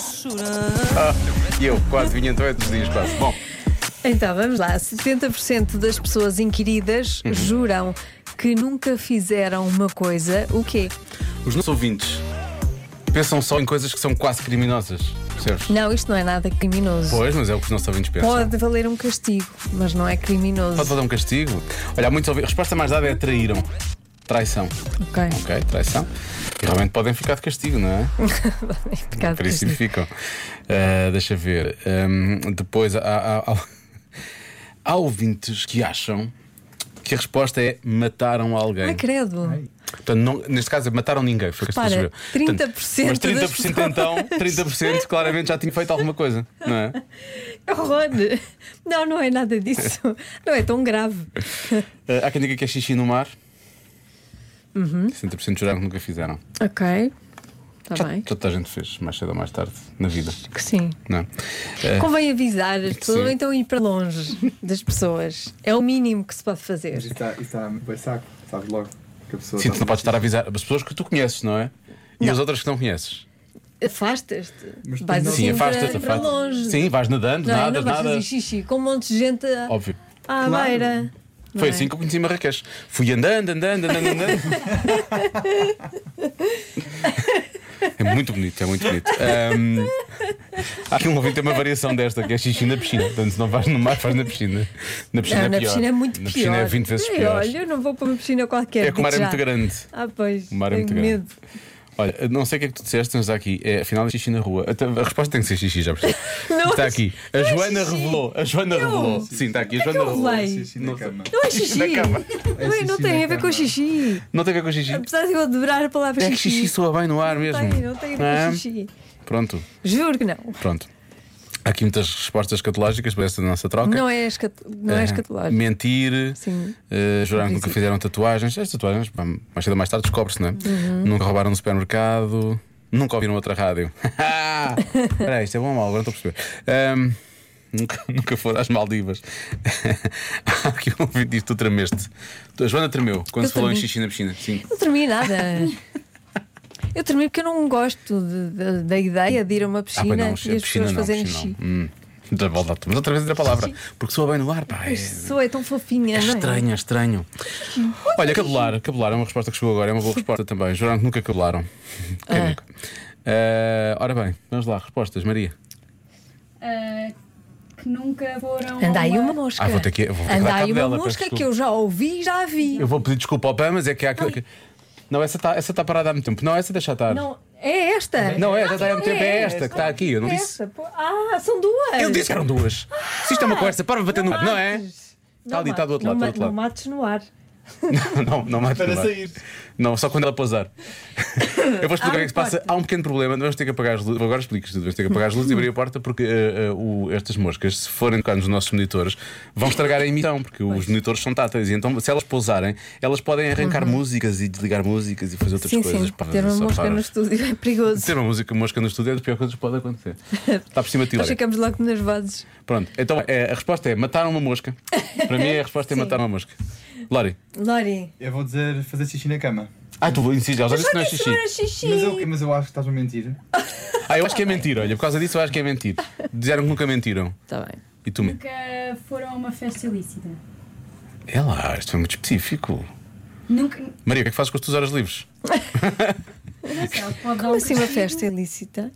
chorar. Ah, e eu, quase vinha em todos os dias, quase. Bom, Então vamos lá. 70% das pessoas inquiridas Uhum. juram que nunca fizeram uma coisa. O quê? os nossos ouvintes pensam só em coisas que são quase criminosas, percebes? Não, isto não é nada criminoso. Pois, mas é o que os nossos ouvintes pensam. Pode valer um castigo, mas não é criminoso. Pode dar um castigo? Olha, há muitos ouvintes. A resposta mais dada é traíram. Traição. Ok. Ok, traição. E realmente podem ficar de castigo, não é? Ficar de Por isso castigo. ficam. Ah, deixa ver. Ahm, depois há, há- há- há ouvintes que acham que a resposta é mataram alguém. Ah, credo. Portanto, não- neste caso, mataram ninguém. Foi o que se Repara, percebeu. Portanto, 30% Mas 30% das então, 30% claramente já tinha feito alguma coisa, não é? Horror! Não, não é nada disso. Não é tão grave. Ah, há quem diga que é xixi no mar. Uhum. 60% juraram que nunca fizeram. Ok. Está Tá bem. Já toda a gente fez, mais cedo ou mais tarde, na vida. Que sim. Não é? Ah, Convém avisar as pessoas, Sim. então ir para longe das pessoas. É o mínimo que se pode fazer. Mas isso está, isso está bem saco, sabes logo que a pessoa. tá Sim, está tu não podes estar a avisar as pessoas que tu conheces, não é? E as outras que não conheces. Afastas-te. Mas tu Vais não- assim Sim, afastas-te, para, para afastas. longe. Sim, vais nadando, não, é? nada, não vais nada. fazer xixi com um monte de gente a- Óbvio. à beira. não Foi é? assim que eu conheci Marrakech. Fui andando, andando, andando, andando. é muito bonito, é muito bonito. Ahm, há aqui um ouvinte que tem uma variação desta, que é xixi na piscina. Portanto, se não vais no mar, vais na piscina. Na piscina Não, é na pior. piscina é muito na pior. piscina é 20 vezes Ei, pior. Olha, eu não vou para uma piscina qualquer. é que o mar é digo muito já. grande. Ah, pois. O mar é tenho muito grande. medo. Olha, não sei o que é que tu disseste, mas está aqui. É, afinal, é xixi na rua. Até- A resposta tem que ser xixi, já percebi. Não, está aqui. A não é Joana xixi. revelou. A Joana Não. É revelou. Sim, está aqui. A que Joana eu revelou. revelei? Xixi na cama. Não é xixi. Na cama. É Não, é- xixi não na tem a ver cama. com xixi. Não tem a ver com xixi. Apesar de eu adorar a palavra É que É xixi. xixi soa bem no ar não mesmo. tem, não tem a ver Ah, com xixi. Pronto, Juro que não. pronto. Há aqui muitas respostas catológicas para esta nossa troca. Não é, escat... não é Ah, escatológico. Mentir, Sim. ah, jurar que nunca Princípio. fizeram tatuagens. As tatuagens, pá, mais cedo ou mais tarde, descobre-se, não é? Uhum. Nunca roubaram no supermercado, nunca ouviram outra rádio. Espera aí, isto é bom ou mal, agora não estou a perceber. Ahm, nunca, nunca foram às Maldivas. Há aqui um vídeo diz: tu tremeste. A Joana tremeu quando Eu se falou em tremi. xixi na piscina. Sim. Não tremi nada. Eu tremi porque eu não gosto de- de- da ideia de ir a uma Ah, pois piscina não, e as piscina pessoas não, fazerem piscina xixi. não. Hum. Já volta- Mas outra vez a dizer a palavra, porque soa bem no ar, pá. É, Sou é tão fofinha, é não é? estranho, é estranho. Olha, cabelar, cabelar é uma resposta que chegou agora, é uma boa resposta também. Juraram que nunca cabelaram. Quem Ah. nunca? Eh, ora bem, vamos lá, respostas, Maria. Ah, que nunca foram. Anda aí a uma mosca. Ah, vou ter que- vou ter que dar Anda cabo aí uma dela, peço mosca que desculpa. eu já ouvi e já a vi. Eu vou pedir desculpa ao PAN, mas é que há. que- Não, essa está essa tá parada há muito tempo. Não, essa deixa estar. Não, é esta. Não, é, já está há muito tempo. É esta. esta que está aqui, eu não É disse. esta, pô. Ah, são duas. Eu disse que eram duas. Se isto é uma conversa, para bater no. Não é? mates. Está ali, Não está do outro mates. lado, tá Não do outro ma- lado. Não mates no ar. Não, não mais Para não mais. sair. Não, só quando ela pousar. Eu Ah, vou explicar o que é que se porta. passa. Há um pequeno problema, vamos ter que apagar as luzes. Agora explico isto. Vamos ter que apagar as luzes e abrir a porta porque eh, eh, o- estas moscas, se forem tocar nos nossos monitores, vão estragar a emissão, porque os monitores são táteis. E então, se elas pousarem, elas podem arrancar músicas e desligar músicas e fazer outras Uhum. Sim, coisas. sim. Pá, Ter uma só mosca para- no estúdio é perigoso. Ter uma música, mosca no estúdio é das piores coisas que pode acontecer. Está por cima de ti, Nós Lória. ficamos logo nervosos. Pronto, então eh, a resposta é matar uma mosca. Para mim, a resposta é matar uma mosca. Lori, Lori. Eu vou dizer fazer xixi na cama. ah, tu insistes, ela já disse que não é xixi. xixi. Mas eu, mas eu acho que estás a mentir. Ah, eu acho que é mentira, olha, por causa disso eu acho que é mentira. Disseram que nunca mentiram. Está Tá bem. E tu me. Nunca foram a uma festa ilícita. É lá, isto foi muito específico. Nunca. Maria, o que é que fazes com as tuas horas livres? Não sei, ela pode dar Como um assim uma castigo. festa ilícita?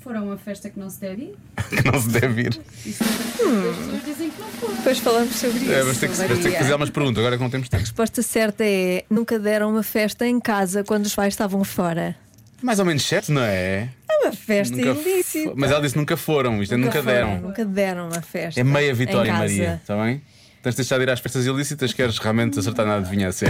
Foram a uma festa que não se deve ir. Que não se deve ir. Isso Hum. as pessoas dizem que não foram. Depois falamos sobre isso. É, mas tem que, mas tem que fazer algumas perguntas, agora que não temos tempo. A resposta certa é: nunca deram uma festa em casa quando os pais estavam fora. Mais ou menos certo, não é? É uma festa fo- ilícita. Mas ela disse nunca foram, isto é nunca, foram, deram. Nunca deram uma festa. É meia em vitória, casa. Maria, está bem? Tens de deixar de ir às festas ilícitas, queres realmente acertar na adivinhança.